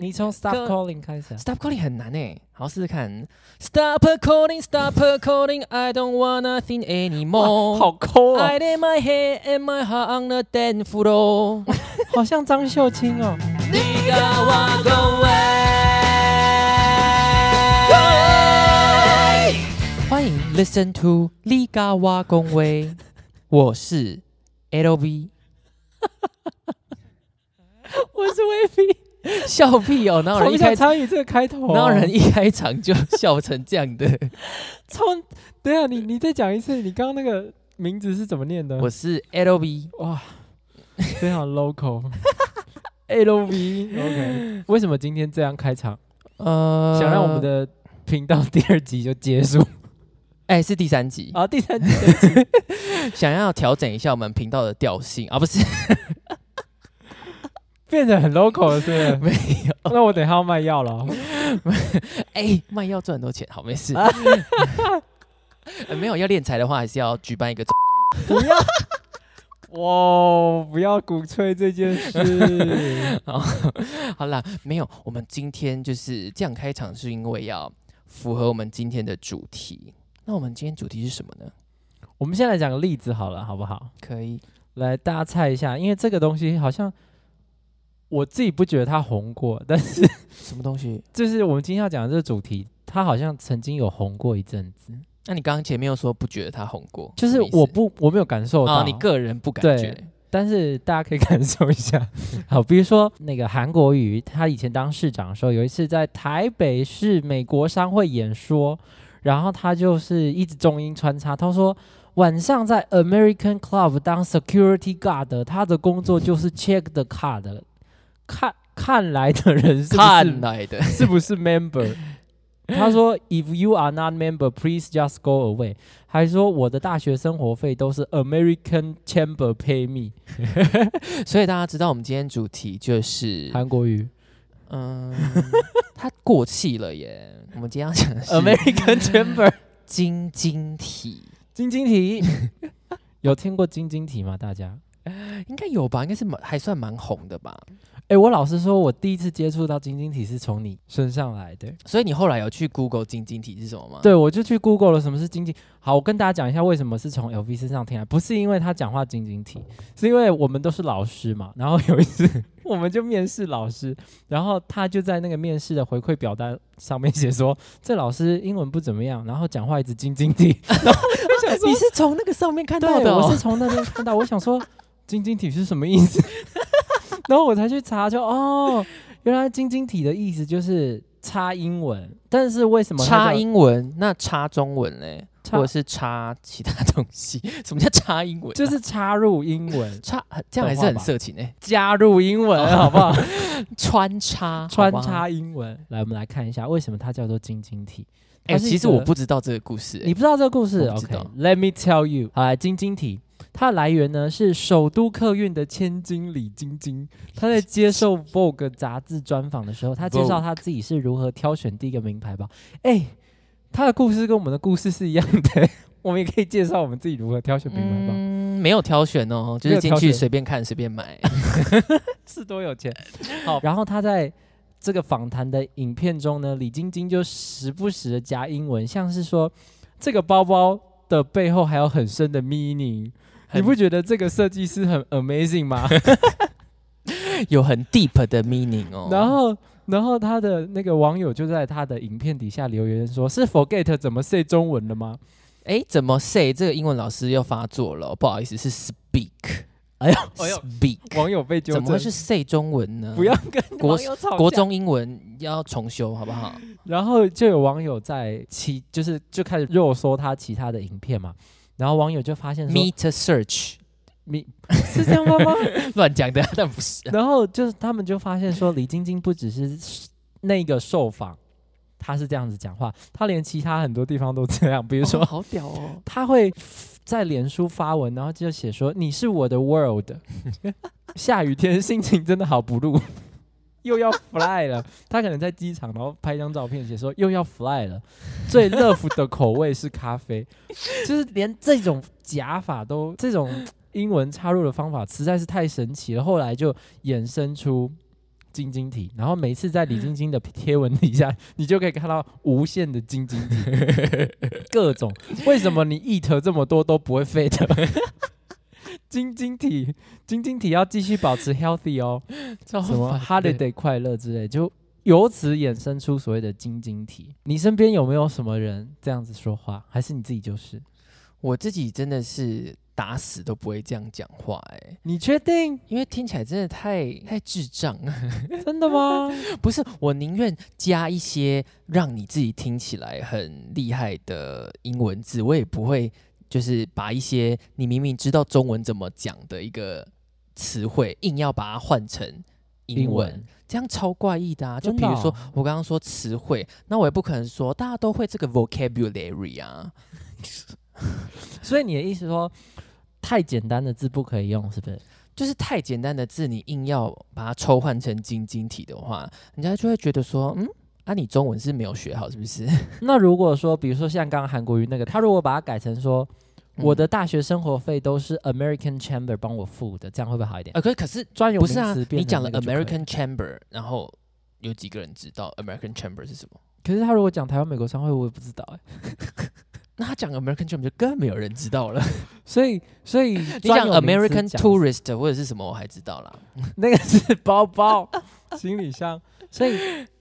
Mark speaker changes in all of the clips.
Speaker 1: 你从 Stop
Speaker 2: 可
Speaker 1: Calling 开始啊。
Speaker 2: Stop calling 很难诶，好试试看。Stop calling, stop calling, I don't wanna think anymore.
Speaker 1: 好抠哦，
Speaker 2: I lay my head and my heart on the dance floor.
Speaker 1: 好像张秀清哦。
Speaker 2: 你跟我讲话。欢迎 listen to 李嘎哇公 威，我是 L V，
Speaker 1: 我是威逼，
Speaker 2: 笑 屁哦，哪有
Speaker 1: 我
Speaker 2: 人一
Speaker 1: 不
Speaker 2: 开
Speaker 1: 想参与这个开头哦、
Speaker 2: 哪有人一开场就笑成这样 的？
Speaker 1: 超？等一下你你再讲一次，你刚刚那个名字是怎么念的？
Speaker 2: 我是 L V，
Speaker 1: 哇，非常 local。L V OK，为什么今天这样开场？
Speaker 2: 呃
Speaker 1: 想让我们的频道第二集就结束
Speaker 2: 哎、是第三集，
Speaker 1: 啊？第三集
Speaker 2: 想要调整一下我们频道的调性啊，不是
Speaker 1: 变得很 local 了，是 不
Speaker 2: 没
Speaker 1: 是？那我等一下要卖药了哦。
Speaker 2: 哎、卖药赚很多钱，好没事。
Speaker 1: 啊
Speaker 2: 呃没有要敛财的话，还是要举办一个
Speaker 1: 不要， 哇！不要鼓吹这件 事。
Speaker 2: 好啦，没有，我们今天就是这样开场，是因为要符合我们今天的主题。那我们今天主题是什么呢？
Speaker 1: 我们先来讲个例子好了，好不好？
Speaker 2: 可以，
Speaker 1: 来，大家猜一下，因为这个东西好像我自己不觉得它红过，但是
Speaker 2: 什么东西？
Speaker 1: 就是我们今天要讲的这个主题，它好像曾经有红过一阵子，
Speaker 2: 那你刚刚前面又说不觉得他红过，
Speaker 1: 就是
Speaker 2: 什么意思
Speaker 1: 我不我没有感受到，
Speaker 2: 哦，你个人不感
Speaker 1: 对
Speaker 2: 觉
Speaker 1: 但是大家可以感受一下。 好，比如说那个韩国瑜，他以前当市长的时候，有一次在台北市美国商会演说，然后他就是一直中英穿插，他说。晚上在 American Club 当 security guard 的，他的工作就是 check the card，看看来的人是不
Speaker 2: 看啊
Speaker 1: 是
Speaker 2: 来的
Speaker 1: 是不是 member？他说，If you are not member, please just go away。还说我的大学生活费都是 American Chamber pay me。
Speaker 2: 所以大家知道我们今天主题就是，
Speaker 1: 韩国语
Speaker 2: 嗯， 他过气了耶。我们今天要讲的
Speaker 1: 呃
Speaker 2: 是
Speaker 1: ，American Chamber。
Speaker 2: 晶晶体，
Speaker 1: 晶晶体， 有听过晶晶体吗？大家？
Speaker 2: 应该有吧？应该是蛮还算蛮红的吧？
Speaker 1: 哎、我老实说，我第一次接触到晶晶体是从你身上来的。
Speaker 2: 所以你后来有去 Google 晶晶体是什么吗？
Speaker 1: 对，我就去 Google 了什么是晶晶。好，我跟大家讲一下为什么是从 LV 身上听来，啊不是因为他讲话晶晶体，是因为我们都是老师嘛。然后有一 次我们就面试老师，然后他就在那个面试的回馈表单上面写说，这老师英文不怎么样，然后讲话一直晶晶 体。然后我想说
Speaker 2: 你，是从那个上面看到
Speaker 1: 对，
Speaker 2: 的、
Speaker 1: 我是从那边看到，我想说哦 晶晶体是什么意思， 然后我才去查就，哦，原来晶晶体的意思就是差英文，但是为什么它
Speaker 2: 插
Speaker 1: 叫
Speaker 2: 英文，那插中文嘞，
Speaker 1: 插
Speaker 2: 或者是插其他东西？ 什么叫插英文啊、，
Speaker 1: 就是插入英文
Speaker 2: 插，这样还是
Speaker 1: 的
Speaker 2: 很
Speaker 1: 话吧
Speaker 2: 色情哎、
Speaker 1: 加入英文，好 不好？
Speaker 2: 穿插，
Speaker 1: 穿
Speaker 2: 好吧。
Speaker 1: 插英文，来，我们来看一下为什么它叫做晶晶体。
Speaker 2: 哎、
Speaker 1: 它是一
Speaker 2: 其实
Speaker 1: 个
Speaker 2: 我不知道这个故事、
Speaker 1: 你
Speaker 2: 欸。
Speaker 1: 不知道这个故事
Speaker 2: 我不知道
Speaker 1: ？OK，Let、me tell you。好来，晶晶体，它的来源呢是首都客运的千金李晶晶，她在接受 Vogue 杂志专访的时候，她介绍
Speaker 2: Vogue
Speaker 1: 她自己是如何挑选第一个名牌包。哎、她的故事跟我们的故事是一样的，欸 我们也可以介绍我们自己如何挑选名牌包。
Speaker 2: 嗯，没有挑选哦，就
Speaker 1: 没
Speaker 2: 是
Speaker 1: 有
Speaker 2: 进
Speaker 1: 挑
Speaker 2: 去
Speaker 1: 选
Speaker 2: 随便看随 便买。
Speaker 1: 是多有 钱。好，然后他在这个访谈的影片中呢，李晶晶就时不时的加英文，像是说这个包包的背后还有很深的 meaning。
Speaker 2: 很
Speaker 1: 你不觉得这个设计师很 amazing 吗？
Speaker 2: 有很 deep 的 meaning 哦。
Speaker 1: 然后，然后他的那个网友就在他的影片底下留言说：“是 forget 怎么 say 中文了吗
Speaker 2: 哎，怎么 say 这个英文老师又发作了哦？不好意思，是 speak。
Speaker 1: 哎呦哎呦
Speaker 2: s p e a？”k
Speaker 1: 网友被纠
Speaker 2: 怎
Speaker 1: 正，
Speaker 2: 么会是 say 中文呢？
Speaker 1: 不要跟
Speaker 2: 国
Speaker 1: 网友吵架
Speaker 2: 国中英文要重修好不好？
Speaker 1: 然后就有网友在其就是就开始肉搜他其他的影片嘛，然后网友就发现说
Speaker 2: Meet search
Speaker 1: 你是这样吗吗？
Speaker 2: 乱讲的， 但不是。 啊
Speaker 1: 然后就是他们就发现说，李晶晶不只是那个受访，她是这样子讲话，她连其他很多地方都这样，比如说
Speaker 2: 好屌哦，
Speaker 1: 她会在脸书发文，然后就写说你是我的 world，下雨天心情真的好 blue，又要 fly 了。她可能在机场，然后拍一张照片，写说又要 fly 了。最 love 的口味是咖啡，就是连这种假法都这种英文插入的方法实在是太神奇了。后来就衍生出。晶晶体，然后每次在李晶晶的贴文底下，你就可以看到无限的晶晶体，各种。为什么你 eat 这么多都不会 fat？晶晶体，晶晶体要继续保持 healthy 哦，
Speaker 2: 超
Speaker 1: 什么
Speaker 2: 烦的
Speaker 1: holiday 快乐之类，就由此衍生出所谓的晶晶体。你身边有没有什么人这样子说话？还是你自己就是？
Speaker 2: 我自己真的是打死都不会这样讲话、哎，
Speaker 1: 你确 定？
Speaker 2: 因为听起来真的太太智障了。
Speaker 1: 真的吗？
Speaker 2: 不是，我宁愿加一些让你自己听起来很厉害的英文字，我也不会就是把一些你明明知道中文怎么讲的一个词汇，硬要把它换成英文，这样超怪异的啊！就
Speaker 1: 真
Speaker 2: 比
Speaker 1: 的
Speaker 2: 如说
Speaker 1: 哦
Speaker 2: 我刚刚说词汇，那我也不可能说大家都会这个 vocabulary 啊，
Speaker 1: 所以你的意思说，太简单的字不可以用，是不是？
Speaker 2: 就是太简单的字，你硬要把它抽换成晶晶体的话，人家就会觉得说，嗯。啊，你中文是没有学好是 不是？
Speaker 1: 那如果说，比如说像刚刚韩国瑜那个，他如果把它改成说，我的大学生活费都是 American Chamber 帮我付的，这样会不会好一点？
Speaker 2: 啊，可是可是
Speaker 1: 呃专嗯有
Speaker 2: 不
Speaker 1: 名
Speaker 2: 是啊
Speaker 1: 词，变
Speaker 2: 你
Speaker 1: 成
Speaker 2: 讲了
Speaker 1: 那个就可以
Speaker 2: American Chamber，然后有几个人知道 American Chamber 是什么？
Speaker 1: 可是他如果讲台湾美国商会，我也不知道哎、
Speaker 2: 那他讲 American Chamber 就更没有人知 道了。
Speaker 1: 所以，所 以
Speaker 2: 你讲
Speaker 1: 专有名词
Speaker 2: American
Speaker 1: 讲
Speaker 2: Tourist 或者是什么，我还知道啦。
Speaker 1: 那个是包包、 行李箱，所以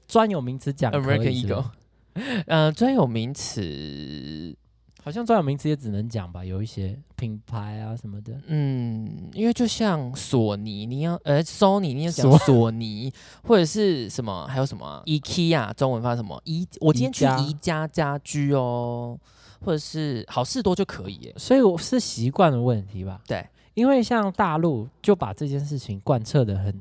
Speaker 1: 专有名词讲可以
Speaker 2: American
Speaker 1: 是不是
Speaker 2: Eagle，呃， 专有名词，
Speaker 1: 好像专有名词也只能讲吧，有一些品牌啊什么的。
Speaker 2: 嗯，因为就像索尼，你要呃，Sony，你要讲
Speaker 1: 索
Speaker 2: 索尼，或者是什么，还有什么啊 IKEA，中文发什么宜，我今天去
Speaker 1: 宜家
Speaker 2: 宜家家居哦，或者是好事多就可以耶。
Speaker 1: 所以我是习惯的问题吧。
Speaker 2: 对，
Speaker 1: 因为像大陆就把这件事情贯彻的很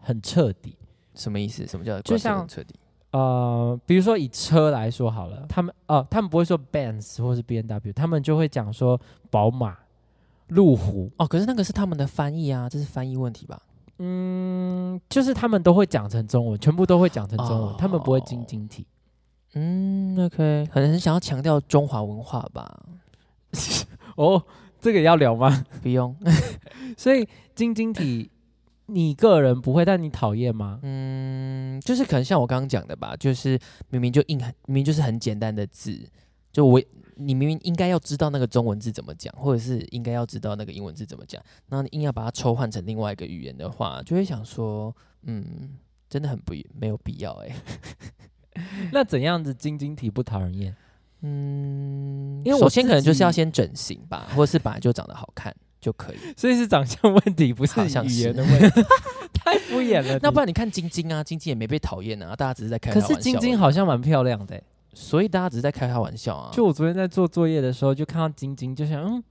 Speaker 1: 很彻底。
Speaker 2: 什么意思？什么叫
Speaker 1: 就
Speaker 2: 贯彻得
Speaker 1: 像
Speaker 2: 很彻底？
Speaker 1: 呃，比如说以车来说好了，他们呃，他们不会说 Benz 或是 B N W，他们就会讲说宝马、路虎，
Speaker 2: 哦，可是那个是他们的翻译啊，这是翻译问题吧？
Speaker 1: 嗯，就是他们都会讲成中文，全部都会讲成中文，
Speaker 2: 哦
Speaker 1: 他们不会精精体。
Speaker 2: 嗯，OK，可能很想要强调中华文化吧？
Speaker 1: 哦，这个要聊吗？
Speaker 2: 不用，
Speaker 1: 所以精精体，你个人不会，但你讨厌吗？
Speaker 2: 嗯，就是可能像我刚刚讲的吧，就是明明就硬很，明明就是很简单的字，就我你明明应该要知道那个中文字怎么讲，或者是应该要知道那个英文字怎么讲，然后你硬要把它抽换成另外一个语言的话，就会想说，嗯，真的很不没有必要哎、
Speaker 1: 那怎样子精精体不讨人厌？
Speaker 2: 嗯，
Speaker 1: 因为
Speaker 2: 首
Speaker 1: 我
Speaker 2: 先
Speaker 1: 自
Speaker 2: 可能就是要
Speaker 1: 己
Speaker 2: 先整形吧，或者是本来就长得好看就可 以。
Speaker 1: 所以是长相问题，不是
Speaker 2: 好像
Speaker 1: 语
Speaker 2: 是
Speaker 1: 言的问题， 太敷衍了你。
Speaker 2: 那不然你看晶晶啊，晶晶也没被讨厌啊，大家只是在开她
Speaker 1: 可
Speaker 2: 玩笑而
Speaker 1: 是
Speaker 2: 已。
Speaker 1: 晶晶好像蛮漂亮的欸、
Speaker 2: 所以大家只是在开她玩笑啊。
Speaker 1: 就我昨天在做作业的时候，就看到晶晶，就想嗯，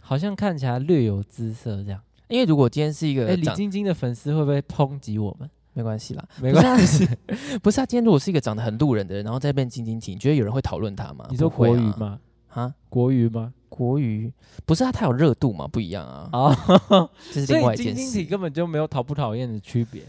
Speaker 1: 好像看起来略有姿色这样。
Speaker 2: 因为如果今天是一
Speaker 1: 哎、
Speaker 2: 个
Speaker 1: 李
Speaker 2: 长、
Speaker 1: 晶晶的粉丝会不会抨击我们？
Speaker 2: 没关系啦，
Speaker 1: 没关系，
Speaker 2: 不是啊， 今天如果是一个长得很路人的人，然后在那边晶晶体，你觉得有人会讨论他吗？
Speaker 1: 你说
Speaker 2: 不会啊
Speaker 1: 国语？吗？
Speaker 2: 啊，
Speaker 1: 国语吗？
Speaker 2: 国语不是啊，他有热度嘛，不一样啊，
Speaker 1: 哦，
Speaker 2: 这是
Speaker 1: 所
Speaker 2: 另
Speaker 1: 以
Speaker 2: 外一
Speaker 1: 晶
Speaker 2: 件
Speaker 1: 晶体
Speaker 2: 事。
Speaker 1: 根本就没有讨不讨厌的区别。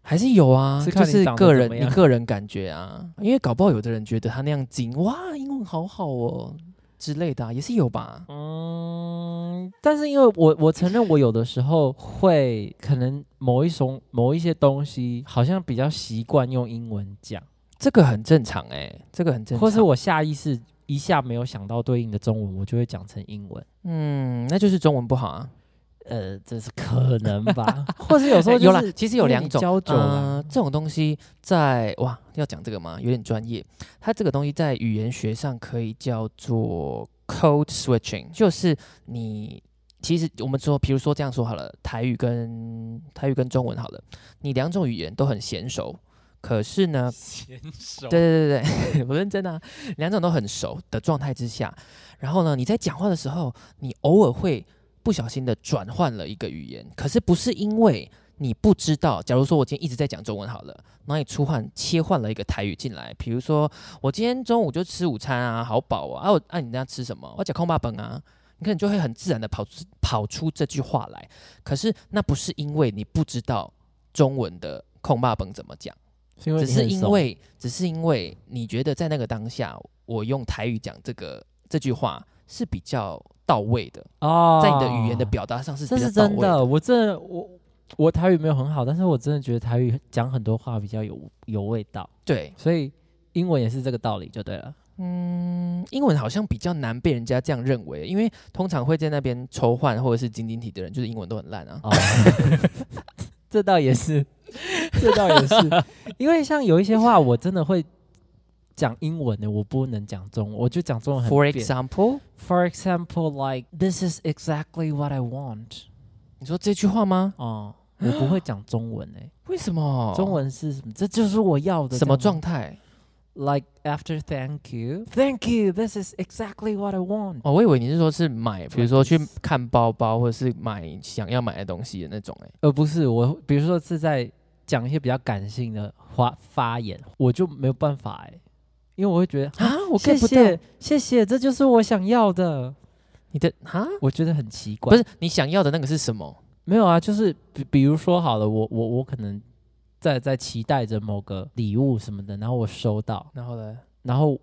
Speaker 2: 还是有啊，
Speaker 1: 是
Speaker 2: 就
Speaker 1: 看你
Speaker 2: 是
Speaker 1: 长得
Speaker 2: 个
Speaker 1: 怎
Speaker 2: 人
Speaker 1: 么
Speaker 2: 你
Speaker 1: 样
Speaker 2: 个人感觉啊，因为搞不好有的人觉得他那样精哇，英文好好哦之类的、啊，也是有吧。
Speaker 1: 嗯，但是因为我我承认我有的时候会可能某一种某一些东西好像比较习惯用英文讲，
Speaker 2: 这个很正常哎、这个很正常。
Speaker 1: 或是我下意识一下没有想到对应的中文，我就会讲成英文。
Speaker 2: 嗯，那就是中文不好啊。
Speaker 1: 呃，这是可能吧， 或是有时候、就是、
Speaker 2: 有啦，其实有
Speaker 1: 因为
Speaker 2: 两
Speaker 1: 你
Speaker 2: 种。
Speaker 1: 交久了，
Speaker 2: 呃，这种东西在哇，要讲这个吗？有点专业。它这个东西在语言学上可以叫做 code switching，就是你其实我们说，比如说这样说好了，台语跟台语跟中文好了，你两种语言都很娴熟，可是
Speaker 1: 嗯
Speaker 2: 呢，
Speaker 1: 牵手
Speaker 2: 对对对对，我认真的、啊，两种都很熟的状态之下，然后呢，你在讲话的时候，你偶尔会不小心的转换了一个语言，可是不是因为你不知道。假如说我今天一直在讲中文好了，然后你出换切换了一个台语进来，比如说我今天中午就吃午餐啊，好饱啊，啊我啊你那吃什么？我讲空巴本啊。你看，你就会很自然的跑出跑出这句话来。可是那不是因为你不知道中文的空巴本怎么讲。
Speaker 1: 是因为
Speaker 2: 只
Speaker 1: 你
Speaker 2: 是
Speaker 1: 很
Speaker 2: 因
Speaker 1: 怂
Speaker 2: 为，只是因为你觉得在那个当下，我用台语讲这个这句话是比较到位的，
Speaker 1: 哦，
Speaker 2: 在你的语言的表达上是
Speaker 1: 这
Speaker 2: 比较
Speaker 1: 是
Speaker 2: 到
Speaker 1: 真
Speaker 2: 位
Speaker 1: 的，我这我我台语没有很好，但是我真的觉得台语讲很多话比较有有味道，
Speaker 2: 对，
Speaker 1: 所以英文也是这个道理就对了。
Speaker 2: 嗯，英文好像比较难被人家这样认为，因为通常会在那边抽换或者是晶晶体的人，就是英文都很烂啊。
Speaker 1: 哦， 这倒也是， 这倒也是，因为像有一些话我真的会讲英文的，我不能讲中文，我就讲中哦文很
Speaker 2: For
Speaker 1: 别
Speaker 2: example，
Speaker 1: For example, like this is exactly what I want。
Speaker 2: 你说这句话吗？
Speaker 1: 哦，我不会讲中文诶、
Speaker 2: 为什么？
Speaker 1: 中文是什么？这就是我要的。
Speaker 2: 什么
Speaker 1: 这样
Speaker 2: 状态？
Speaker 1: ？Like after thank you, thank you. This is exactly what I want。
Speaker 2: 哦，我以为你是说是买，比如说去看包包，或者是买想要买的东西的那种、欸。
Speaker 1: 而不是我，比如说是在讲一些比较感性的话发言，我就没有办法诶、因为我会觉得。
Speaker 2: 啊，我 get
Speaker 1: 谢
Speaker 2: 不到
Speaker 1: 谢谢谢，这就是我想要的。
Speaker 2: 你的啊，
Speaker 1: 我觉得很奇怪，
Speaker 2: 不是你想要的那个是什么？
Speaker 1: 没有啊，就是比比如说好了，我我我可能在在期待着某个礼物什么的，然后我收到，
Speaker 2: 然后呢？
Speaker 1: 然后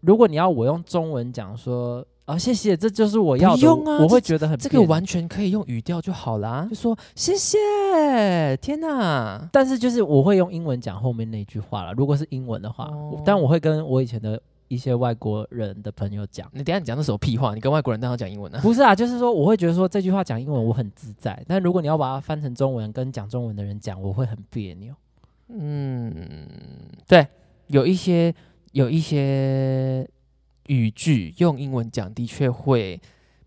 Speaker 1: 如果你要我用中文讲说啊谢谢，这就是我要的，
Speaker 2: 不用啊
Speaker 1: 我我会觉得很
Speaker 2: 这
Speaker 1: 别
Speaker 2: 个
Speaker 1: 扭
Speaker 2: 完全可以用语调就好啦，就说谢谢，天哪，
Speaker 1: 但是就是我会用英文讲后面那句话了，如果是英文的话，
Speaker 2: 哦
Speaker 1: 但我会跟我以前的一些外国人的朋友讲。
Speaker 2: 你等一下你讲的什么屁话？你跟外国人当然讲英文啊？
Speaker 1: 不是啊，就是说我会觉得说这句话讲英文我很自在，但如果你要把它翻成中文跟讲中文的人讲，我会很别扭。
Speaker 2: 嗯，对，有一些有一些语句用英文讲的确会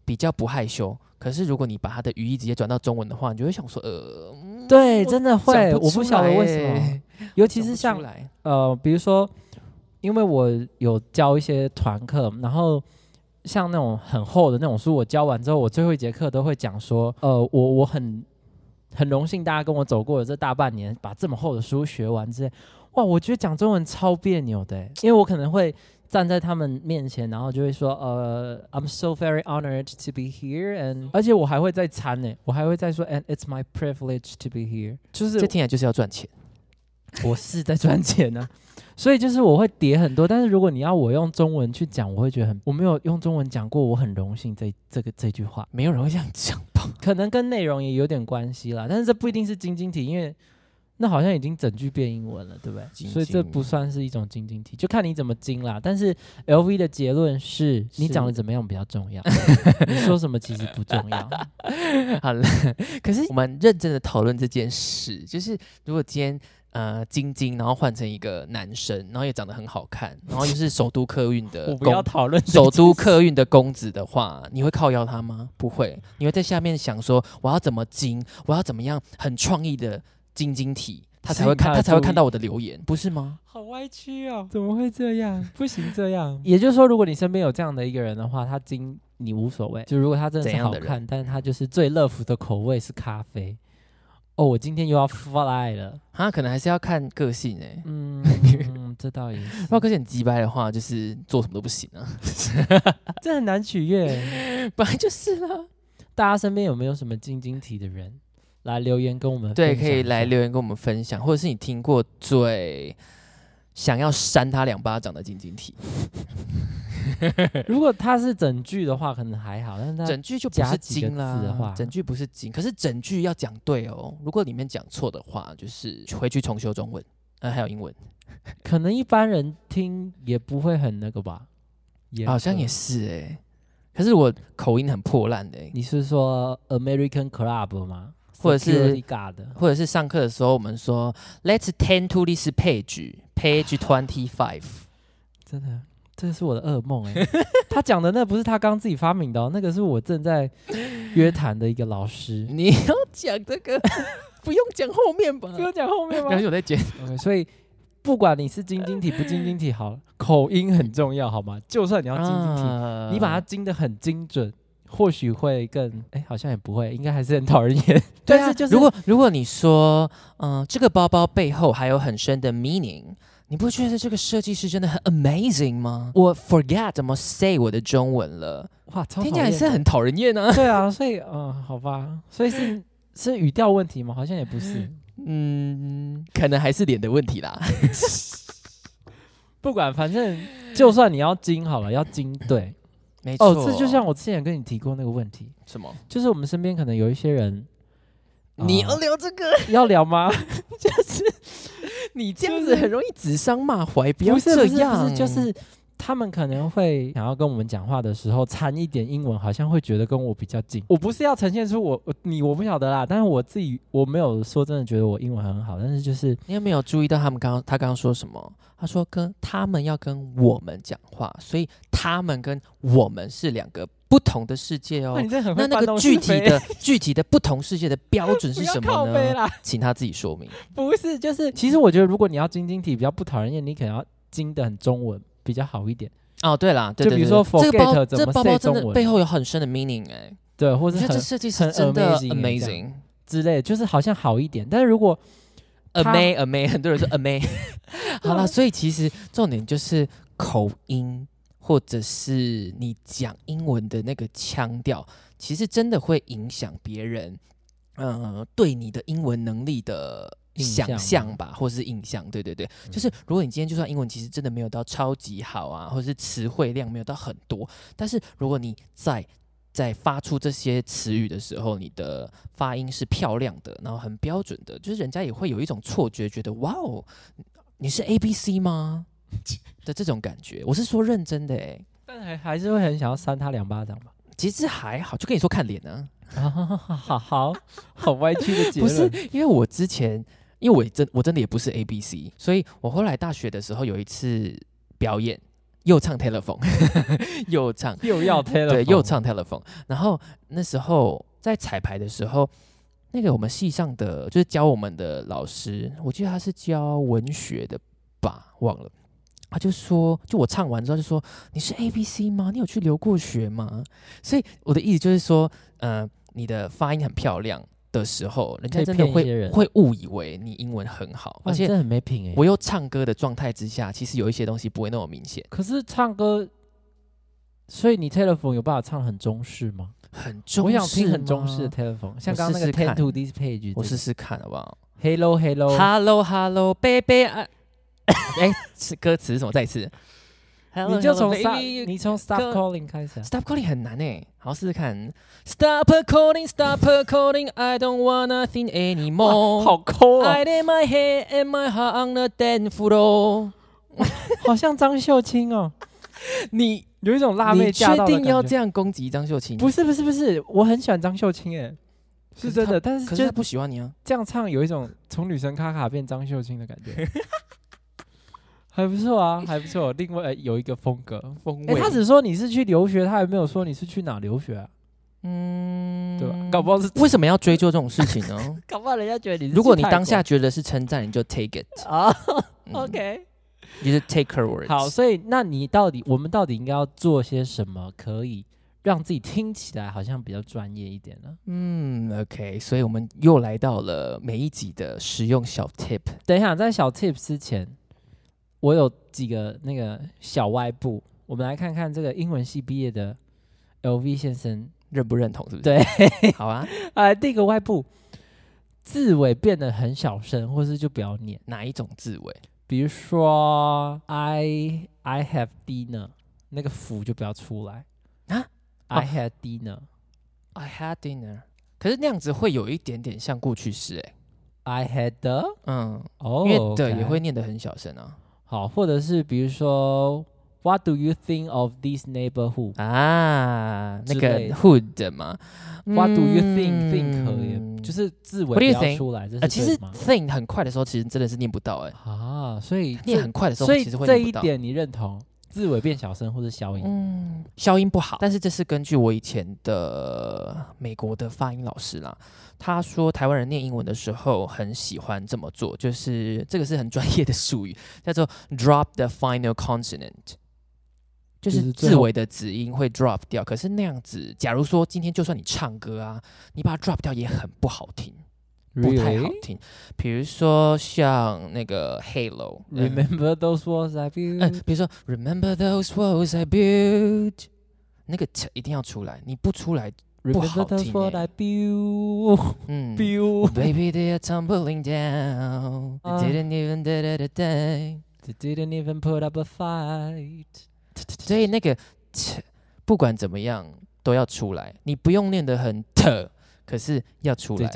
Speaker 2: 比较不害羞，可是如果你把它的语义直接转到中文的话，你就会想说，呃，嗯
Speaker 1: 对，
Speaker 2: 我
Speaker 1: 真的会，
Speaker 2: 讲
Speaker 1: 我不
Speaker 2: 出
Speaker 1: 晓得
Speaker 2: 来
Speaker 1: 为什么
Speaker 2: 欸。
Speaker 1: 尤其是
Speaker 2: 讲不
Speaker 1: 像
Speaker 2: 出来
Speaker 1: 呃，比如说，因为我有教一些团课，然后像那种很厚的那种书，我教完之后，我最后一节课都会讲说，呃，我我很很荣幸大家跟我走过了这大半年，把这么厚的书学完之类。哇，我觉得讲中文超别扭的欸，因为我可能会站在他们面前，然后就会说，呃，I'm so very honored to be here，and 而且我还会再掺呢，我还会再说，and it's my privilege to be here，就是
Speaker 2: 这听起来就是要赚钱。
Speaker 1: 我是在赚钱呢、 所以就是我会叠很多，但是如果你要我用中文去讲，我会觉得很我没有用中文讲过，我很荣幸这这个这句话，
Speaker 2: 没有人会这样讲吧？
Speaker 1: 可能跟内容也有点关系啦，但是这不一定是晶晶体，因为那好像已经整句变英文了，对不对？
Speaker 2: 晶晶
Speaker 1: 所以这不算是一种晶晶体，就看你怎么精啦。但是 L V 的结论是你
Speaker 2: 是
Speaker 1: 讲的怎么样比较重要， 你说什么其实不重 要。
Speaker 2: 好了，可是我们认真的讨论这件事，就是如果今天呃晶晶，然后换成一个男生，然后也长得很好看，然后又是首都客运 的
Speaker 1: 我不要
Speaker 2: 公
Speaker 1: 讨论
Speaker 2: 呃首都客运的公子的话，你会靠邀他吗？不会，你会在下面想说我要怎么精，我要怎么样很创意的晶晶体，他才会
Speaker 1: 吸引他
Speaker 2: 看
Speaker 1: 的
Speaker 2: 他才会
Speaker 1: 注意
Speaker 2: 看到我的留言，不是吗？
Speaker 1: 好歪曲哦，怎么会这样？不行，这样。也就是说，如果你身边有这样的一个人的话，他经你无所谓。就如果他真的是
Speaker 2: 怎样
Speaker 1: 好
Speaker 2: 的
Speaker 1: 看，但是他就是最乐福的口味是咖啡。哦，我今天又要 fly 了。
Speaker 2: 他可能还是要看个性哎、
Speaker 1: 嗯， 这倒也是
Speaker 2: 如，果个性很鸡掰的话，就是做什么都不行啊，
Speaker 1: 这很难取悦。
Speaker 2: 本来就是啦。
Speaker 1: 大家身边有没有什么晶晶体的人来留言跟我们？
Speaker 2: 对，可以来。留言跟我们分享，或者是你听过最想要扇他两巴掌的晶晶体，
Speaker 1: 如果他是整句的话，可能还好，但是他
Speaker 2: 整句就不
Speaker 1: 加
Speaker 2: 是
Speaker 1: 几个字
Speaker 2: 金
Speaker 1: 的话
Speaker 2: 啦，整句不是金，可是整句要讲对哦。如果里面讲错的话，就是回去重修中文，呃，还有英文，
Speaker 1: 可能一般人听也不会很那个吧。也呃
Speaker 2: 好像
Speaker 1: 可
Speaker 2: 也是哎、可是我口音很破烂的、欸，
Speaker 1: 你是说 American Club 吗？
Speaker 2: 或者是
Speaker 1: Security Guard 的
Speaker 2: 或者是上课的时候我们说 Let's turn to this page, page twenty five。
Speaker 1: 真的，这是我的噩梦哎、 他讲的那不是他刚自己发明的、哦，那个是我正在约谈的一个老 师。
Speaker 2: 你要讲这个， 不用讲后面吧？
Speaker 1: 讲后面
Speaker 2: 然后我在剪。
Speaker 1: ？OK，所 以不管你是晶晶体不晶晶体， 好了，口音很重要，好吗？就算你要晶晶体，
Speaker 2: 啊
Speaker 1: 你把它精的很精准，或许会更哎、好像也不会，应该还是很讨人 厌。
Speaker 2: 对
Speaker 1: 但
Speaker 2: 啊
Speaker 1: 是就是
Speaker 2: 如果如果你说，嗯、这个包包背后还有很深的 meaning，你不觉得这个设计师真的很 amazing 吗？我 forget 怎么 say 我的中文了，
Speaker 1: 哇，超
Speaker 2: 听
Speaker 1: 讨
Speaker 2: 起来
Speaker 1: 厌
Speaker 2: 是
Speaker 1: 的
Speaker 2: 很讨啊人厌啊。
Speaker 1: 对啊，所以嗯，好吧，所以是是语调问题吗？好像也不是。
Speaker 2: 嗯，可能还是脸的问题啦。
Speaker 1: 不管，反正就算你要精好了，要精对。哦
Speaker 2: 没错，
Speaker 1: 哦，这就像我之前跟你提过那个问题，
Speaker 2: 什么？啊
Speaker 1: 就是我们身边可能有一些人，
Speaker 2: 你
Speaker 1: 哦
Speaker 2: 要聊这 个，
Speaker 1: 要聊吗？
Speaker 2: 你这
Speaker 1: 就
Speaker 2: 样
Speaker 1: 是
Speaker 2: 子很容易指桑骂槐，不要
Speaker 1: 不是
Speaker 2: 这
Speaker 1: 不是
Speaker 2: 样。
Speaker 1: 不是，就是他们可能会想要跟我们讲话的时候掺一点英文，好像会觉得跟我比较近。我不是要呈现出我我你我不晓得啦，但是我自己我没有说真的觉得我英文很好，但是就是
Speaker 2: 你有没有注意到他们刚刚他刚刚说什么？他说跟他们要跟我们讲话，所以他们跟我们是两个不同的世界哦。
Speaker 1: 这 很
Speaker 2: 那那个具体的具体的不同世界的标准 是什么呢？
Speaker 1: 啦，
Speaker 2: 请他自己说明。
Speaker 1: 不是就是，其实我觉得如果你要晶晶体比较不讨人厌，你可能要晶的很中文比较好一点，
Speaker 2: 哦，对啦，对
Speaker 1: 就
Speaker 2: 对
Speaker 1: 比如
Speaker 2: 对
Speaker 1: 说
Speaker 2: 这个包
Speaker 1: forget 怎
Speaker 2: 这
Speaker 1: 么
Speaker 2: 包包
Speaker 1: say 中
Speaker 2: 真的
Speaker 1: 文
Speaker 2: 背后有很深的 meaning 哎、
Speaker 1: 对，或
Speaker 2: 我
Speaker 1: 者
Speaker 2: 觉得这
Speaker 1: 很
Speaker 2: 设计师
Speaker 1: 很
Speaker 2: 真的
Speaker 1: amazing 哎这
Speaker 2: amazing。
Speaker 1: 之类的，就是好像好一点。但是如果
Speaker 2: a
Speaker 1: 他
Speaker 2: m a a m a 很多人说 a m a 好了，所以其实重点就是口音，或者是你讲英文的那个腔调，其实真的会影响别人，呃，对你的英文能力的
Speaker 1: 印象
Speaker 2: 想
Speaker 1: 吗
Speaker 2: 象吧，或是印象。对对对，就是如果你今天就算英文其实真的没有到超级好啊，或者是词汇量没有到很多，但是如果你在在发出这些词语的时候，你的发音是漂亮的，然后很标准的，就是人家也会有一种错觉，觉得哇哦，你是 A B C 吗？的这种感觉，我是说认真的诶、
Speaker 1: 但还还是会很想要扇他两巴掌吧。
Speaker 2: 其实还好，就跟你说看脸呢、
Speaker 1: 啊， 好好好歪曲的结
Speaker 2: 不是
Speaker 1: 论。
Speaker 2: 因为我之前，因为我真我真的也不是 A B C，所以我后来大学的时候有一次表演，又唱 telephone，又唱，
Speaker 1: 又要推了，
Speaker 2: 对，又唱 telephone。然后那时候在彩排的时候，那个我们系上的就是教我们的老师，我记得他是教文学的吧，忘了。他就说，就我唱完之后就说，你是 A B C 吗？你有去留过学吗？所以我的意思就是说，呃，你的发音很漂亮的时候，人
Speaker 1: 可
Speaker 2: 家
Speaker 1: 以
Speaker 2: 真的
Speaker 1: 骗一些
Speaker 2: 会
Speaker 1: 人
Speaker 2: 会误以为你英文很好，
Speaker 1: 哇，而
Speaker 2: 而
Speaker 1: 且
Speaker 2: 且
Speaker 1: 真的很没品哎、
Speaker 2: 我又唱歌的状态之下，其实有一些东西不会那么明显。
Speaker 1: 可是唱歌，所以你 telephone 有办法唱很中式吗？
Speaker 2: 很中
Speaker 1: 我想听
Speaker 2: 式
Speaker 1: 很中式的
Speaker 2: 吗
Speaker 1: telephone，像刚刚那
Speaker 2: 试
Speaker 1: 个
Speaker 2: 试看
Speaker 1: ten to this page，
Speaker 2: 我试试看好不好？
Speaker 1: hello hello，
Speaker 2: Hello Hello Baby 啊， 哎，是歌词是什么？再一次。
Speaker 1: 你就从 stop，
Speaker 2: Baby，
Speaker 1: 你从 stop
Speaker 2: go-
Speaker 1: calling 开始、啊。
Speaker 2: Stop calling 很难哎，好试试看。Stop calling, stop calling, I don't wanna think
Speaker 1: 哦
Speaker 2: anymore.
Speaker 1: 抠
Speaker 2: I lay my head and my heart on the dance floor.
Speaker 1: 好像张秀清哦，
Speaker 2: 你
Speaker 1: 有一种辣
Speaker 2: 你
Speaker 1: 妹
Speaker 2: 确
Speaker 1: 驾到的
Speaker 2: 定要
Speaker 1: 感觉
Speaker 2: 这样攻击张秀清？
Speaker 1: 不，是不是不是，我很喜欢张秀清哎、
Speaker 2: 可
Speaker 1: 是
Speaker 2: 是
Speaker 1: 真
Speaker 2: 她
Speaker 1: 的，但是
Speaker 2: 可
Speaker 1: 就是
Speaker 2: 他不喜欢你啊。
Speaker 1: 这样唱有一种从女神卡卡变张秀清的感 觉，还不错啊，还不错。另外、呃有一个风格，
Speaker 2: 风
Speaker 1: 哎、
Speaker 2: 味，
Speaker 1: 他只说你是去留学，他也没有说你是去哪留学啊，
Speaker 2: 嗯
Speaker 1: 对吧？搞不好是，
Speaker 2: 为什么要追究这种事情呢？
Speaker 1: 搞不好人家觉 得你
Speaker 2: 如果你当下觉得是称赞，你就 take it
Speaker 1: 啊、
Speaker 2: 嗯。
Speaker 1: o k
Speaker 2: 就是 take her words。
Speaker 1: 好，所以那你到底我们到底应该要做些什么，可以让自己听起来好像比较专业一点呢？
Speaker 2: 嗯，OK，所以我们又来到了每一集的实用小 tip。
Speaker 1: 等一下，在小 tips 之前，我有几个那个小外部，我们来看看这个英文系毕业的 LV 先生
Speaker 2: 认不认同？是不是？
Speaker 1: 对，
Speaker 2: 好啊。
Speaker 1: 啊，第一个外部字尾变得很小声，或是就不要念。
Speaker 2: 哪一种字尾？
Speaker 1: 比如说 I I have dinner，那个福就不要出来
Speaker 2: 啊。
Speaker 1: I had dinner,、
Speaker 2: I had dinner。可是那样子会有一点点像过去式哎、
Speaker 1: I had the
Speaker 2: 嗯，
Speaker 1: 哦，
Speaker 2: 因为的
Speaker 1: OK
Speaker 2: 也会念得很小声啊。
Speaker 1: 好，或者是比如说 What do you think of this neighborhood？
Speaker 2: 啊，那
Speaker 1: 之
Speaker 2: 个
Speaker 1: 类的
Speaker 2: hood 嘛
Speaker 1: What do you think？、
Speaker 2: 嗯
Speaker 1: think 可以，就是字尾不
Speaker 2: What do you
Speaker 1: 要
Speaker 2: think？
Speaker 1: 出来，这
Speaker 2: 呃，
Speaker 1: 是
Speaker 2: 其
Speaker 1: 对
Speaker 2: 实
Speaker 1: 的吗
Speaker 2: thing 很快的时候，其实真的是念不到哎、
Speaker 1: 啊，所以
Speaker 2: 念
Speaker 1: 这
Speaker 2: 很快的时候，
Speaker 1: 所以
Speaker 2: 其实会
Speaker 1: 这
Speaker 2: 念不
Speaker 1: 一
Speaker 2: 到。
Speaker 1: 点你认同字尾变小声或者消音、
Speaker 2: 嗯，消音不好，但是这是根据我以前的美国的发音老师啦，他说台湾人念英文的时候很喜欢这么做，就是这个是很专业的术语， 叫做 drop the final consonant，就
Speaker 1: 就是是最
Speaker 2: 字
Speaker 1: 后
Speaker 2: 尾的子音会 drop 掉。可是那样子，假如说今天就算你唱歌啊，你把它 drop 掉也很不好听，不太好
Speaker 1: Really？
Speaker 2: 听。比如说像那个 Halo，嗯
Speaker 1: Remember those words I built、
Speaker 2: 嗯，比如说 Remember those walls I built，那个 t 一定要出来，你不出来，不
Speaker 1: Remember
Speaker 2: 好
Speaker 1: those
Speaker 2: 听
Speaker 1: words
Speaker 2: 欸
Speaker 1: I built
Speaker 2: 嗯
Speaker 1: built
Speaker 2: ，Baby they are tumbling down，they
Speaker 1: 啊
Speaker 2: didn't even da da da da，
Speaker 1: They didn't even put up a fight。
Speaker 2: 所以那个 t 不管怎么样都要出来，你不用念得很 t，可是要出来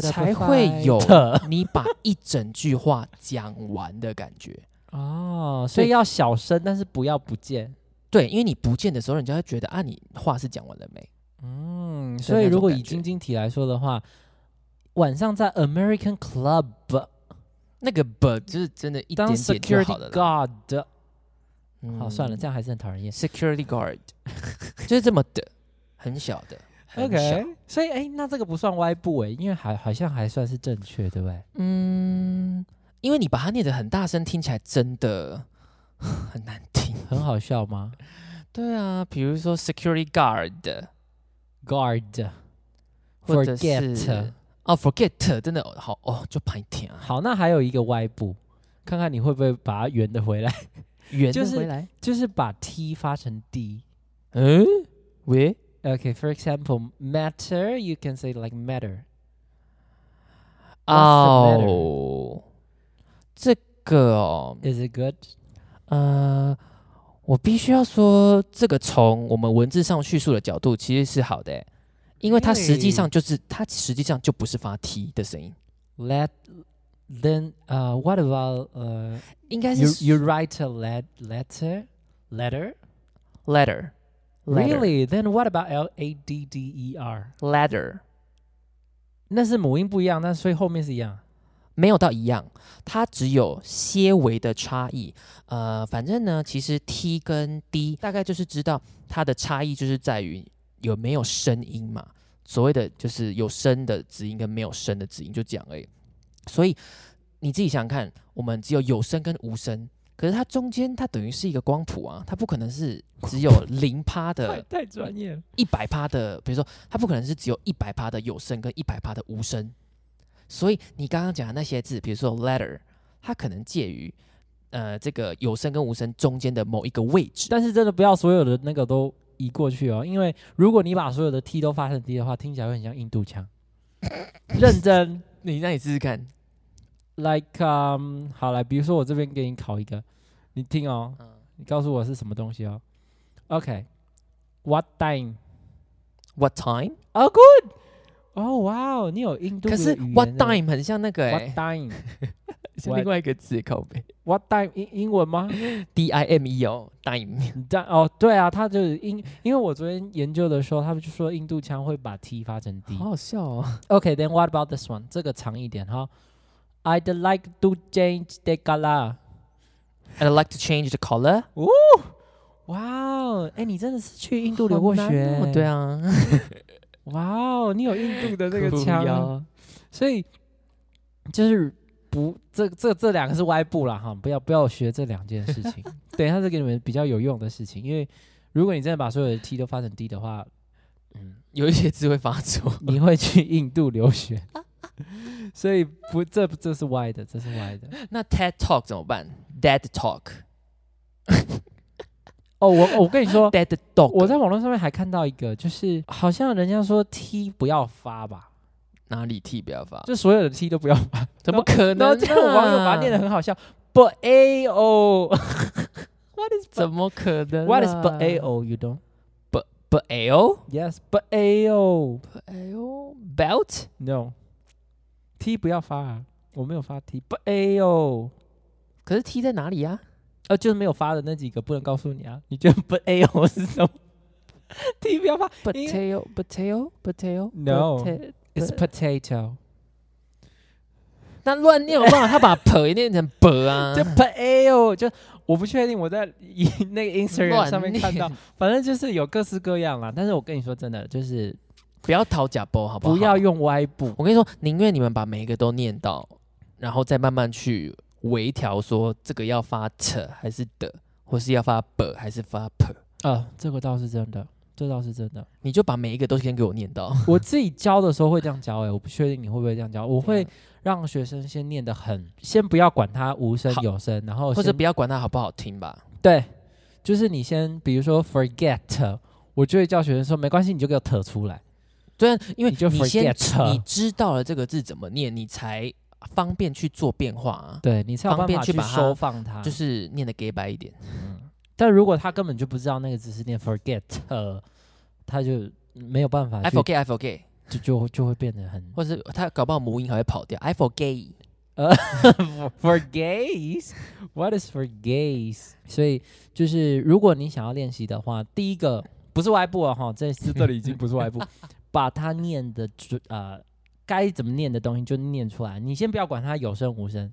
Speaker 2: 才
Speaker 1: 才
Speaker 2: 会有 你把一整句话讲完的感觉。
Speaker 1: 哦，所以
Speaker 2: 对
Speaker 1: 要小声，但是不要不见。
Speaker 2: 对，因为你不见的时候，人家会觉得啊，你话是讲完了没？
Speaker 1: 嗯，
Speaker 2: 对
Speaker 1: 所以
Speaker 2: 那
Speaker 1: 如
Speaker 2: 种
Speaker 1: 果
Speaker 2: 感
Speaker 1: 以
Speaker 2: 觉
Speaker 1: 晶晶体来说的话，晚上在 American Club
Speaker 2: 那个 but 就是真的一点
Speaker 1: 当
Speaker 2: 点就
Speaker 1: security
Speaker 2: 好了啦。
Speaker 1: guard，
Speaker 2: 嗯
Speaker 1: 好算了，这样还是很讨人厌。
Speaker 2: security guard 就是这么的，很小的。很小
Speaker 1: OK，所以哎、那这个不算歪步哎、因为还好像还算是正确，对不对？
Speaker 2: 嗯，因为你把它念得很大声，听起来真的 很难听。
Speaker 1: 很好笑吗
Speaker 2: 对啊，比如说 security guard，
Speaker 1: ？Guard
Speaker 2: 或者是
Speaker 1: forget。
Speaker 2: 哦 forget，真的哦好哦，就排天啊，
Speaker 1: 好，那还有一个歪步，看看你会不会把它圆的回来，
Speaker 2: 圆
Speaker 1: 就
Speaker 2: 的
Speaker 1: 是
Speaker 2: 回来。
Speaker 1: 就是把 T 发成 D。
Speaker 2: 嗯，喂
Speaker 1: Okay, for example, matter, you can say like matter.
Speaker 2: 哦，这个哦，
Speaker 1: Is it good?
Speaker 2: 呃，我必须要说，这个从我们文字上叙述的角度其实是好的欸，因为它实际上
Speaker 1: Really？
Speaker 2: 就是它实际上就不是发 t 的声音，
Speaker 1: Let then uh what about uh
Speaker 2: 应该
Speaker 1: you
Speaker 2: 是
Speaker 1: you write a let letter letter?
Speaker 2: letter letter
Speaker 1: Really? Then what about L A D D E R?
Speaker 2: letter
Speaker 1: 那是母音不一样，那所以后面是一样。
Speaker 2: 没有到一样，它只有些微的差异。呃，反正呢，其实 t 跟 d 大概就是知道它的差异就是在于有没有声音嘛。所谓的就是有声的子音跟没有声的子音，就这样而已。所以你自己想想看，我们只有有声跟无声，可是它中间它等于是一个光谱啊，它不可能是只有零趴的
Speaker 1: 太专业了。
Speaker 2: 一百趴的，比如说，它不可能是只有一百趴的有声跟一百趴的无声，所以你刚刚讲的那些字，比如说 letter，它可能介于呃这个有声跟无声中间的某一个位置。
Speaker 1: 但是真的不要所有的那个都移过去哦，因为如果你把所有的 T 都发成 D 的话，听起来会很像印度 腔。认真
Speaker 2: 你让你试试看，
Speaker 1: ，like um，好来，比如说我这边给你考一个，你听哦，
Speaker 2: 嗯
Speaker 1: 你告诉我是什么东西哦。OK，what、time？
Speaker 2: ，what time？
Speaker 1: 哦、oh,，good。哦，哇哦，你有印度
Speaker 2: 可
Speaker 1: 的
Speaker 2: 是
Speaker 1: 语言
Speaker 2: what
Speaker 1: 呢
Speaker 2: time 很像那个哎、
Speaker 1: What time？What
Speaker 2: 是另外一个字靠背
Speaker 1: time？英英文吗？
Speaker 2: ，d i m e 哦 ，dime。
Speaker 1: 但哦，对啊，他就是英，因为我昨天研究的时候，他们就说印度腔会把 T 发成 D。
Speaker 2: 好好笑哦！
Speaker 1: Okay, then what about this one? 这个长一点哈。I'd like to change the color.
Speaker 2: I'd like to change the color。
Speaker 1: 哇哦，哎，你真的是去印
Speaker 2: 都
Speaker 1: 度留过学？
Speaker 2: 对。啊，
Speaker 1: 哇哦，你有印度的这个
Speaker 2: 哭
Speaker 1: 腔，
Speaker 2: 腰
Speaker 1: 所以就是不这这这两个是歪步啦哈，不要不要学这两件事 情。等一下再给你们比较有用的事情，因为如果你真的把所有的 T 都发成 D 的话，嗯，
Speaker 2: 有一些字会发错。
Speaker 1: 你会去印度留学。所以不，这这是歪的，这是歪的。
Speaker 2: 那 TED Talk 怎么办？Dead Talk，Dead
Speaker 1: 哦，我我跟你 说，
Speaker 2: Dog。
Speaker 1: 我在网络上面还看到一个，就是好像人家说 T 不要发吧，
Speaker 2: 哪里 T 不要发？
Speaker 1: 就所有的 T 都不要发。
Speaker 2: 怎么可
Speaker 1: 然
Speaker 2: 能、
Speaker 1: 后
Speaker 2: 啊？
Speaker 1: 这个网友把它念得很好笑，but a o what is
Speaker 2: 怎么可能、啊
Speaker 1: what is but a o you don't
Speaker 2: But a o
Speaker 1: yes but a o
Speaker 2: But a o belt
Speaker 1: no T 不要发啊，我没有发 T but a o
Speaker 2: 可是 T 在哪里啊呀、
Speaker 1: 呃就是没有发的那几个不能告诉你啊，你觉得 but a o 是什么 ？T 不要发
Speaker 2: b u
Speaker 1: 因
Speaker 2: t a o b u t a o b u t a o
Speaker 1: No
Speaker 2: bute-
Speaker 1: it's potato
Speaker 2: 那乱念好不好？他把 p 也念成 b 啊，
Speaker 1: 就 p a o 就我不确定，我在以 那个 Instagram
Speaker 2: 乱
Speaker 1: 上面看到，反正就是有各式各样啦。但是我跟你说真的，就是
Speaker 2: 不要讨假波好不好？
Speaker 1: 不要，用歪步。
Speaker 2: 我跟你说，宁愿你们把每一个都念到，然后再慢慢去微调，说这个要发 t 还是的，或是要发 b 还是发 p。
Speaker 1: 啊，这个倒是真的，这倒是真 的。
Speaker 2: 你就把每一个都先给我念到。
Speaker 1: 我自己教的时候会这样教、欸，我不确定你会不会这样教。我
Speaker 2: 我
Speaker 1: 会让学生先念得很，先不要管他无声
Speaker 2: 好
Speaker 1: 有声，然后
Speaker 2: 或者
Speaker 1: 先
Speaker 2: 不要管它好不好听吧。
Speaker 1: 对，就是你先比如说 forget，我就会叫学生说没关系，你就给我扯出来。
Speaker 2: 对啊，因为
Speaker 1: 你就
Speaker 2: 你先
Speaker 1: forget
Speaker 2: 你知道了这个字怎么念，你才方便去做变化啊。
Speaker 1: 对你才有
Speaker 2: 方
Speaker 1: 办
Speaker 2: 便
Speaker 1: 法
Speaker 2: 去
Speaker 1: 去
Speaker 2: 把它
Speaker 1: 收放它，
Speaker 2: 就是念的 gay 白一点，
Speaker 1: 但如果他根本就不知道那个字是念 forget，、呃、他就没有办法
Speaker 2: I
Speaker 1: 啊去
Speaker 2: 哎 forget, I forget，
Speaker 1: 就就就会变得很
Speaker 2: 或是他搞不好母音还会跑掉。I for gay，
Speaker 1: for gays. What is for gays？所以就是如果你想要练习的话，第一个不是外部哦，哈，这次这里已经不是外部，把它念的准呃该怎么念的东西就念出来，你先不要管它有声无声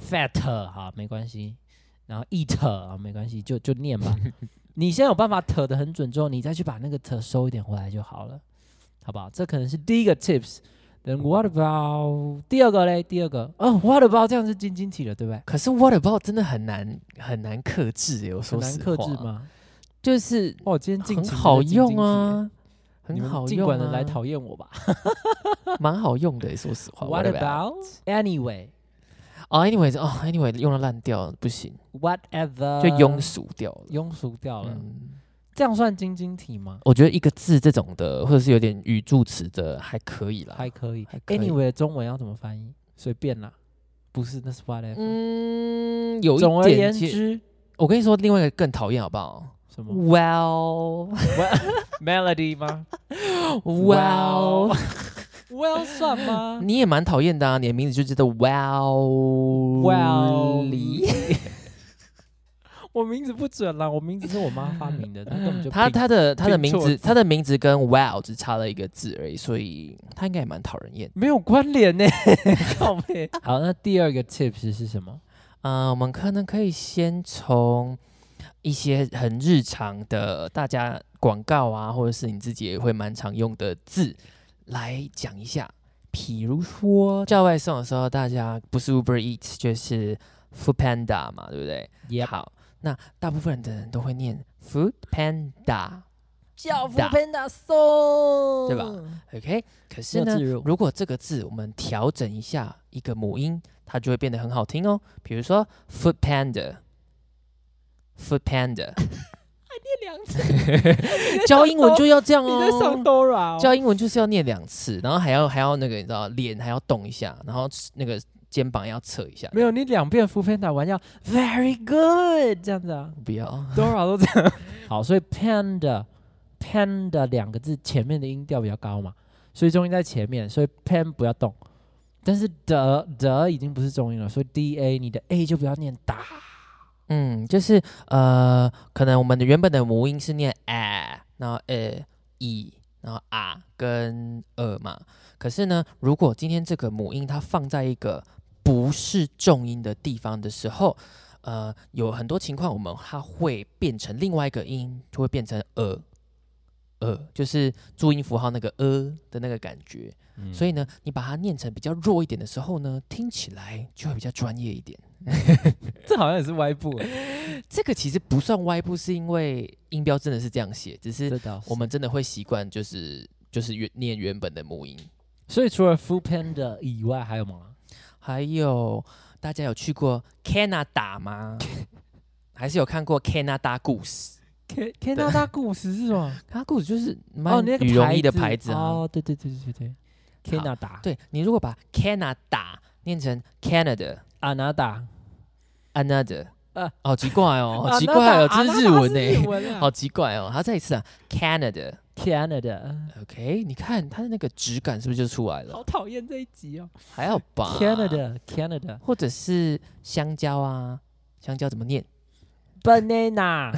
Speaker 1: ，fat 哈没关系，然后 eat 啊没关系，就就念吧。你先有办法 t 的很准之后，你再去把那个 t 收一点回来就好了，好不好？这可能是第一个 tips。Then what about 第二个嘞？第二个，嗯、哦、，what about 这样是晶晶体了，对不对？
Speaker 2: 可是 what about 真的很难很难克制耶，我说
Speaker 1: 很难
Speaker 2: 实
Speaker 1: 克制
Speaker 2: 话？
Speaker 1: 吗？
Speaker 2: 就是
Speaker 1: 哦，今天
Speaker 2: 很
Speaker 1: 近
Speaker 2: 好用，啊，
Speaker 1: 你
Speaker 2: 很
Speaker 1: 们
Speaker 2: 好用、啊，
Speaker 1: 尽管的来讨厌我吧。
Speaker 2: 蛮好用的耶，说实话。
Speaker 1: What
Speaker 2: whatever
Speaker 1: about anyway?
Speaker 2: 哦，anyway，哦，anyway，用到烂掉了不行，
Speaker 1: Whatever
Speaker 2: 就庸俗掉了。
Speaker 1: 庸俗掉呃了，
Speaker 2: 嗯，
Speaker 1: 这样算晶晶体吗？
Speaker 2: 我觉得一个字这种的，或者是有点语助词的，还可以啦。
Speaker 1: 还可以。
Speaker 2: 还可以
Speaker 1: Anyway 的中文要怎么翻译？随便啦，不是那是 whatever。
Speaker 2: 嗯，有一点。
Speaker 1: 总而言，之，
Speaker 2: 我跟你说，另外一个更讨厌，好不好
Speaker 1: 什么
Speaker 2: ？Well，Well，
Speaker 1: melody 吗？Well 算吗
Speaker 2: 你也蛮讨厌的啊，你的名字就叫做 Well
Speaker 1: ？Well 我名字不准啦，我名字是我妈发明的，她根本就
Speaker 2: 他
Speaker 1: 拼
Speaker 2: 他的他的
Speaker 1: 拼
Speaker 2: 名
Speaker 1: 错
Speaker 2: 字
Speaker 1: 字
Speaker 2: 他的名字跟 Well 只差了一个字而已，所以他应该也蛮讨人厌。
Speaker 1: 没有关联呢、 靠背。好，那第二个 tips 是什么？
Speaker 2: 啊、我们可能可以先从一些很日常的大家广告啊，或者是你自己也会蛮常用的字来讲一下。比如说叫外送的时候，大家不是 Uber Eats 就是 Food Panda 嘛，对不对？
Speaker 1: 也
Speaker 2: 好，那大部分的人都会念 Food Panda。
Speaker 1: 叫
Speaker 2: Food
Speaker 1: Panda 送
Speaker 2: 对吧？OK，可是
Speaker 1: 没有
Speaker 2: 呢
Speaker 1: 置入，
Speaker 2: 如果这个字我们调整一下一个母音，它就会变得很好听哦。比如说 food panda，food panda，
Speaker 1: 两次，
Speaker 2: 教英文就要这样
Speaker 1: 你在上
Speaker 2: 哦。
Speaker 1: Dora 哦
Speaker 2: 教英文就是要念两次，然后还要还要那个你知道脸还要动一下，然后那个肩膀要侧一下。
Speaker 1: 没有，你两遍 Food Panda 玩要 Very good 这样子啊
Speaker 2: 不要，哦
Speaker 1: ，Dora 都这样。好，所以 Panda Panda 两个字前面的音调比较高嘛，所以重音在前面，所以 Pan 不要动。但是的的已经不是重音了，所以 D A 你的 A 就不要念打，
Speaker 2: 嗯，就是呃，可能我们的原本的母音是念啊，然后呃一，然后啊跟呃嘛。可是呢，如果今天这个母音它放在一个不是重音的地方的时候，呃，有很多情况我们它会变成另外一个音，就会变成呃呃，就是注音符号那个呃的那个感觉。
Speaker 1: 嗯
Speaker 2: 所以呢，你把它念成比较弱一点的时候呢，听起来就会比较专业一点。
Speaker 1: 这好像也是歪步欸，
Speaker 2: 这个其实不算歪步，是因为音标真的是这样写，只是
Speaker 1: 这倒是
Speaker 2: 我。们真的会习惯就是就是原念原本的母音。
Speaker 1: 所以除了 Food Panda 以外，还有吗？
Speaker 2: 还有大家有去过 Canada 吗？还是有看过 Canada Goose？
Speaker 1: 天天大大故事是吗？
Speaker 2: 它 Goose 就是
Speaker 1: 哦，
Speaker 2: 卖
Speaker 1: 那个
Speaker 2: 羽绒衣的牌子啊。
Speaker 1: 哦，对对对对对对
Speaker 2: 好
Speaker 1: ，Canada，
Speaker 2: 对你如果把 Canada 念成 Canada
Speaker 1: 阿拿达，
Speaker 2: another，、
Speaker 1: 呃
Speaker 2: 好奇怪哦，好奇
Speaker 1: Another，
Speaker 2: 怪哦，这是日
Speaker 1: Another
Speaker 2: 文
Speaker 1: 是日
Speaker 2: 呢，
Speaker 1: 文啊
Speaker 2: 好奇怪哦。好，再一次啊，Canada。
Speaker 1: ，Canada，
Speaker 2: OK，你看它的那个质感是不是就出来了？
Speaker 1: 好讨厌这一集哦
Speaker 2: 还好吧
Speaker 1: ，Canada，Canada
Speaker 2: 或者是香蕉啊，香蕉怎么念
Speaker 1: banana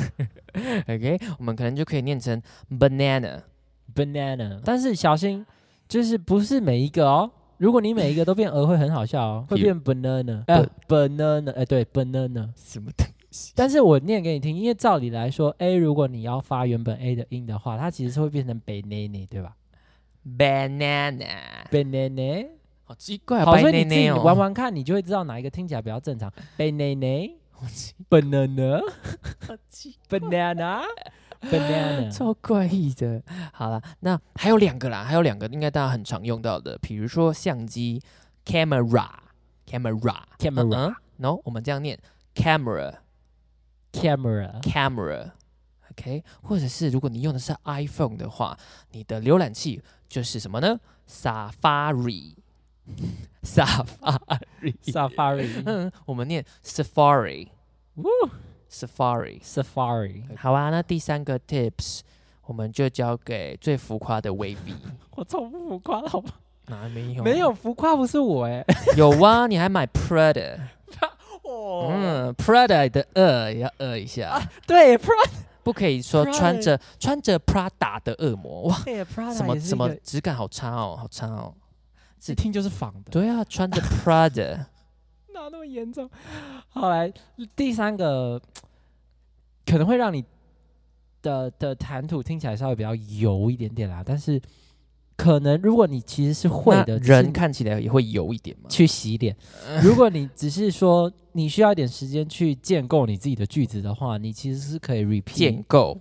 Speaker 2: ？OK，我们可能就可以念成 banana。
Speaker 1: banana，但是小心，就是不是每一个哦。如果你每一个都变鹅，会很好笑 哦，会变 banana，呃，banana，哎，对，banana。
Speaker 2: 什么东西？
Speaker 1: 但是我念给你听，因为照理来说，A 如果你要发原本 A 的音的话，它其实是会变成 banana，对吧
Speaker 2: banana，
Speaker 1: ？banana，
Speaker 2: 好奇怪啊，
Speaker 1: 好，所以你自
Speaker 2: banana
Speaker 1: 己
Speaker 2: 哦
Speaker 1: 玩玩看，你就会知道哪一个听起来比较正常。banana
Speaker 2: 好奇
Speaker 1: banana
Speaker 2: 好奇
Speaker 1: banana banana，
Speaker 2: 超怪异的。好了，那还有两个啦，还有两个应该大家很常用到的，比如说相机 camera，camera，camera。
Speaker 1: Camera
Speaker 2: 嗯 no，我们这样念 camera。
Speaker 1: camera
Speaker 2: camera。OK，或者是如果你用的是 iPhone 的话，你的浏览器就是什么呢？Safari。Safari。
Speaker 1: safari
Speaker 2: 嗯，我们念 Safari。
Speaker 1: Woo
Speaker 2: Safari。
Speaker 1: safari
Speaker 2: 好啊，那第三个 tips，我我们就交给最浮夸的 v V。
Speaker 1: 我从不浮夸，好吧？
Speaker 2: 哪没有？
Speaker 1: 没有浮夸不是我哎、
Speaker 2: 有啊，你还买 Prada，
Speaker 1: 哦
Speaker 2: 嗯，Prada 的恶也要恶一下，
Speaker 1: 对，Prada
Speaker 2: 不可以说
Speaker 1: Prada
Speaker 2: 穿着穿着 Prada 的恶魔哇，
Speaker 1: 也 Prada
Speaker 2: 什么
Speaker 1: 也是一
Speaker 2: 什么
Speaker 1: 个
Speaker 2: 质感好差哦，好差哦。
Speaker 1: 一听就是仿的，
Speaker 2: 对啊，穿着 Prada，
Speaker 1: 哪那么严重？好来，第三个可能会让你的的谈吐听起来稍微比较油一点点啦，但是可能如果你其实是会
Speaker 2: 那
Speaker 1: 的，只是
Speaker 2: 人
Speaker 1: 你
Speaker 2: 看起来也会油一点嘛。
Speaker 1: 去洗脸。如果你只是说你需要一点时间去建构你自己的句子的话，你其实是可以 repeat，
Speaker 2: 建构，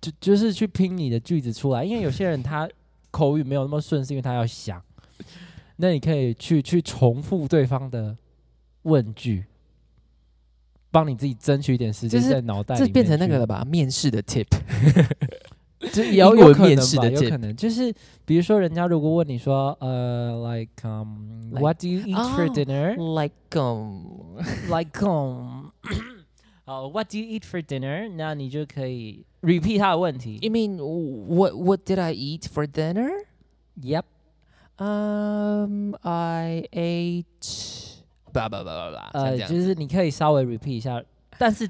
Speaker 1: 就就是去拼你的句子出来。因为有些人他口语没有那么顺，是因为他要想。那你可以去去重复对方的问句，帮你自己争取一点时间
Speaker 2: 这是
Speaker 1: 在脑袋里
Speaker 2: 这
Speaker 1: 面去。
Speaker 2: 变成那个了吧？面试的 tip，
Speaker 1: 这也要
Speaker 2: 英文
Speaker 1: 可
Speaker 2: 面
Speaker 1: 能
Speaker 2: 试
Speaker 1: 吧
Speaker 2: 的
Speaker 1: 有
Speaker 2: 见
Speaker 1: 可能就是比如说人家如果问你说呃 like um
Speaker 2: Like-
Speaker 1: what do you eat for
Speaker 2: 哦
Speaker 1: dinner、
Speaker 2: like um，
Speaker 1: like um 好 what do you eat for dinner，那你就可以 repeat 他的问题。
Speaker 2: You mean what what did I eat for dinner?
Speaker 1: Yep，
Speaker 2: Um, I ate 吧吧吧吧吧，像
Speaker 1: 呃，
Speaker 2: 这样
Speaker 1: 就
Speaker 2: 子
Speaker 1: 是你可以稍微 repeat 一下，但是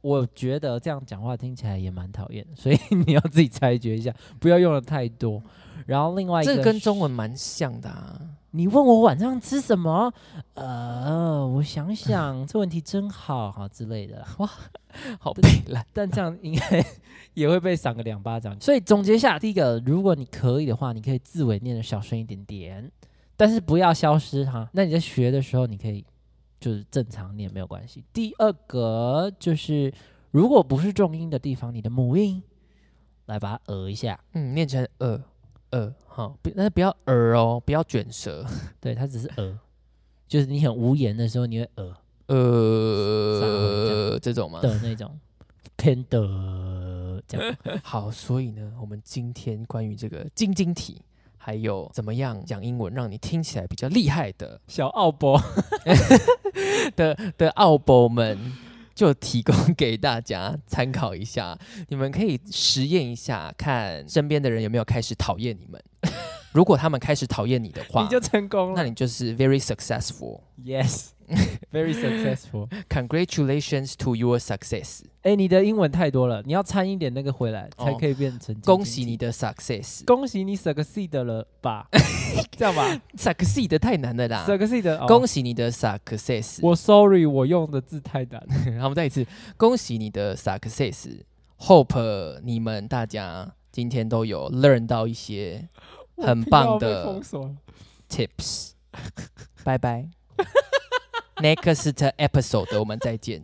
Speaker 1: 我觉得这样讲话听起来也蛮讨厌，所以 你要自己裁决一下，不要用的太多。然后另外一
Speaker 2: 这
Speaker 1: 个
Speaker 2: 个跟
Speaker 1: 是
Speaker 2: 中文蛮像的啊。
Speaker 1: 你问我晚上吃什么？呃，我想想，这问题真好哈之类的啦。
Speaker 2: 好悲来，
Speaker 1: 但这样应该 也会被赏个两巴掌。所以总结下，第一个，如果你可以的话，你可以自伪念的小声一点点，但是不要消失哈。那你在学的时候，你可以就是正常念没有关系。第二个就是，如果不是重音的地方，你的母音来把它呃一下，
Speaker 2: 嗯，念成呃呃，好，不但是不要呃哦，不要卷舌，
Speaker 1: 对，它只是呃，就是你很无言的时候，你会呃
Speaker 2: 呃这种吗？
Speaker 1: 的那 种偏的这样。
Speaker 2: 好，所以呢，我们今天关于这个晶晶体，还有怎么样讲英文让你听起来比较厉害的
Speaker 1: 小奥博，
Speaker 2: 的的奥博们，就提供给大家参考一下，你们可以实验一下，看身边的人有没有开始讨厌你们。如果他们开始讨厌你的话，
Speaker 1: 你就成功
Speaker 2: 那
Speaker 1: 了。
Speaker 2: 你就是 very successful。
Speaker 1: Yes，very successful。
Speaker 2: Congratulations to your success，
Speaker 1: 哎，你的英文太多了，你要掺一点那个回来，
Speaker 2: 哦
Speaker 1: 才可以变成、
Speaker 2: 恭喜你，的 success。
Speaker 1: 恭喜你 succeed 了吧？这 样吧
Speaker 2: succeed 太难了啦，
Speaker 1: ，succeed，、哦、
Speaker 2: 啊恭喜你的 success。
Speaker 1: 我 sorry，我用的字太难。
Speaker 2: 然后我们再一次恭喜你的 success，hope 你们大家今天都有 learn 到一些
Speaker 1: 我
Speaker 2: 很
Speaker 1: 频
Speaker 2: 棒
Speaker 1: 道被
Speaker 2: 的
Speaker 1: 封锁了
Speaker 2: tips，拜拜。Next episode 我们再见，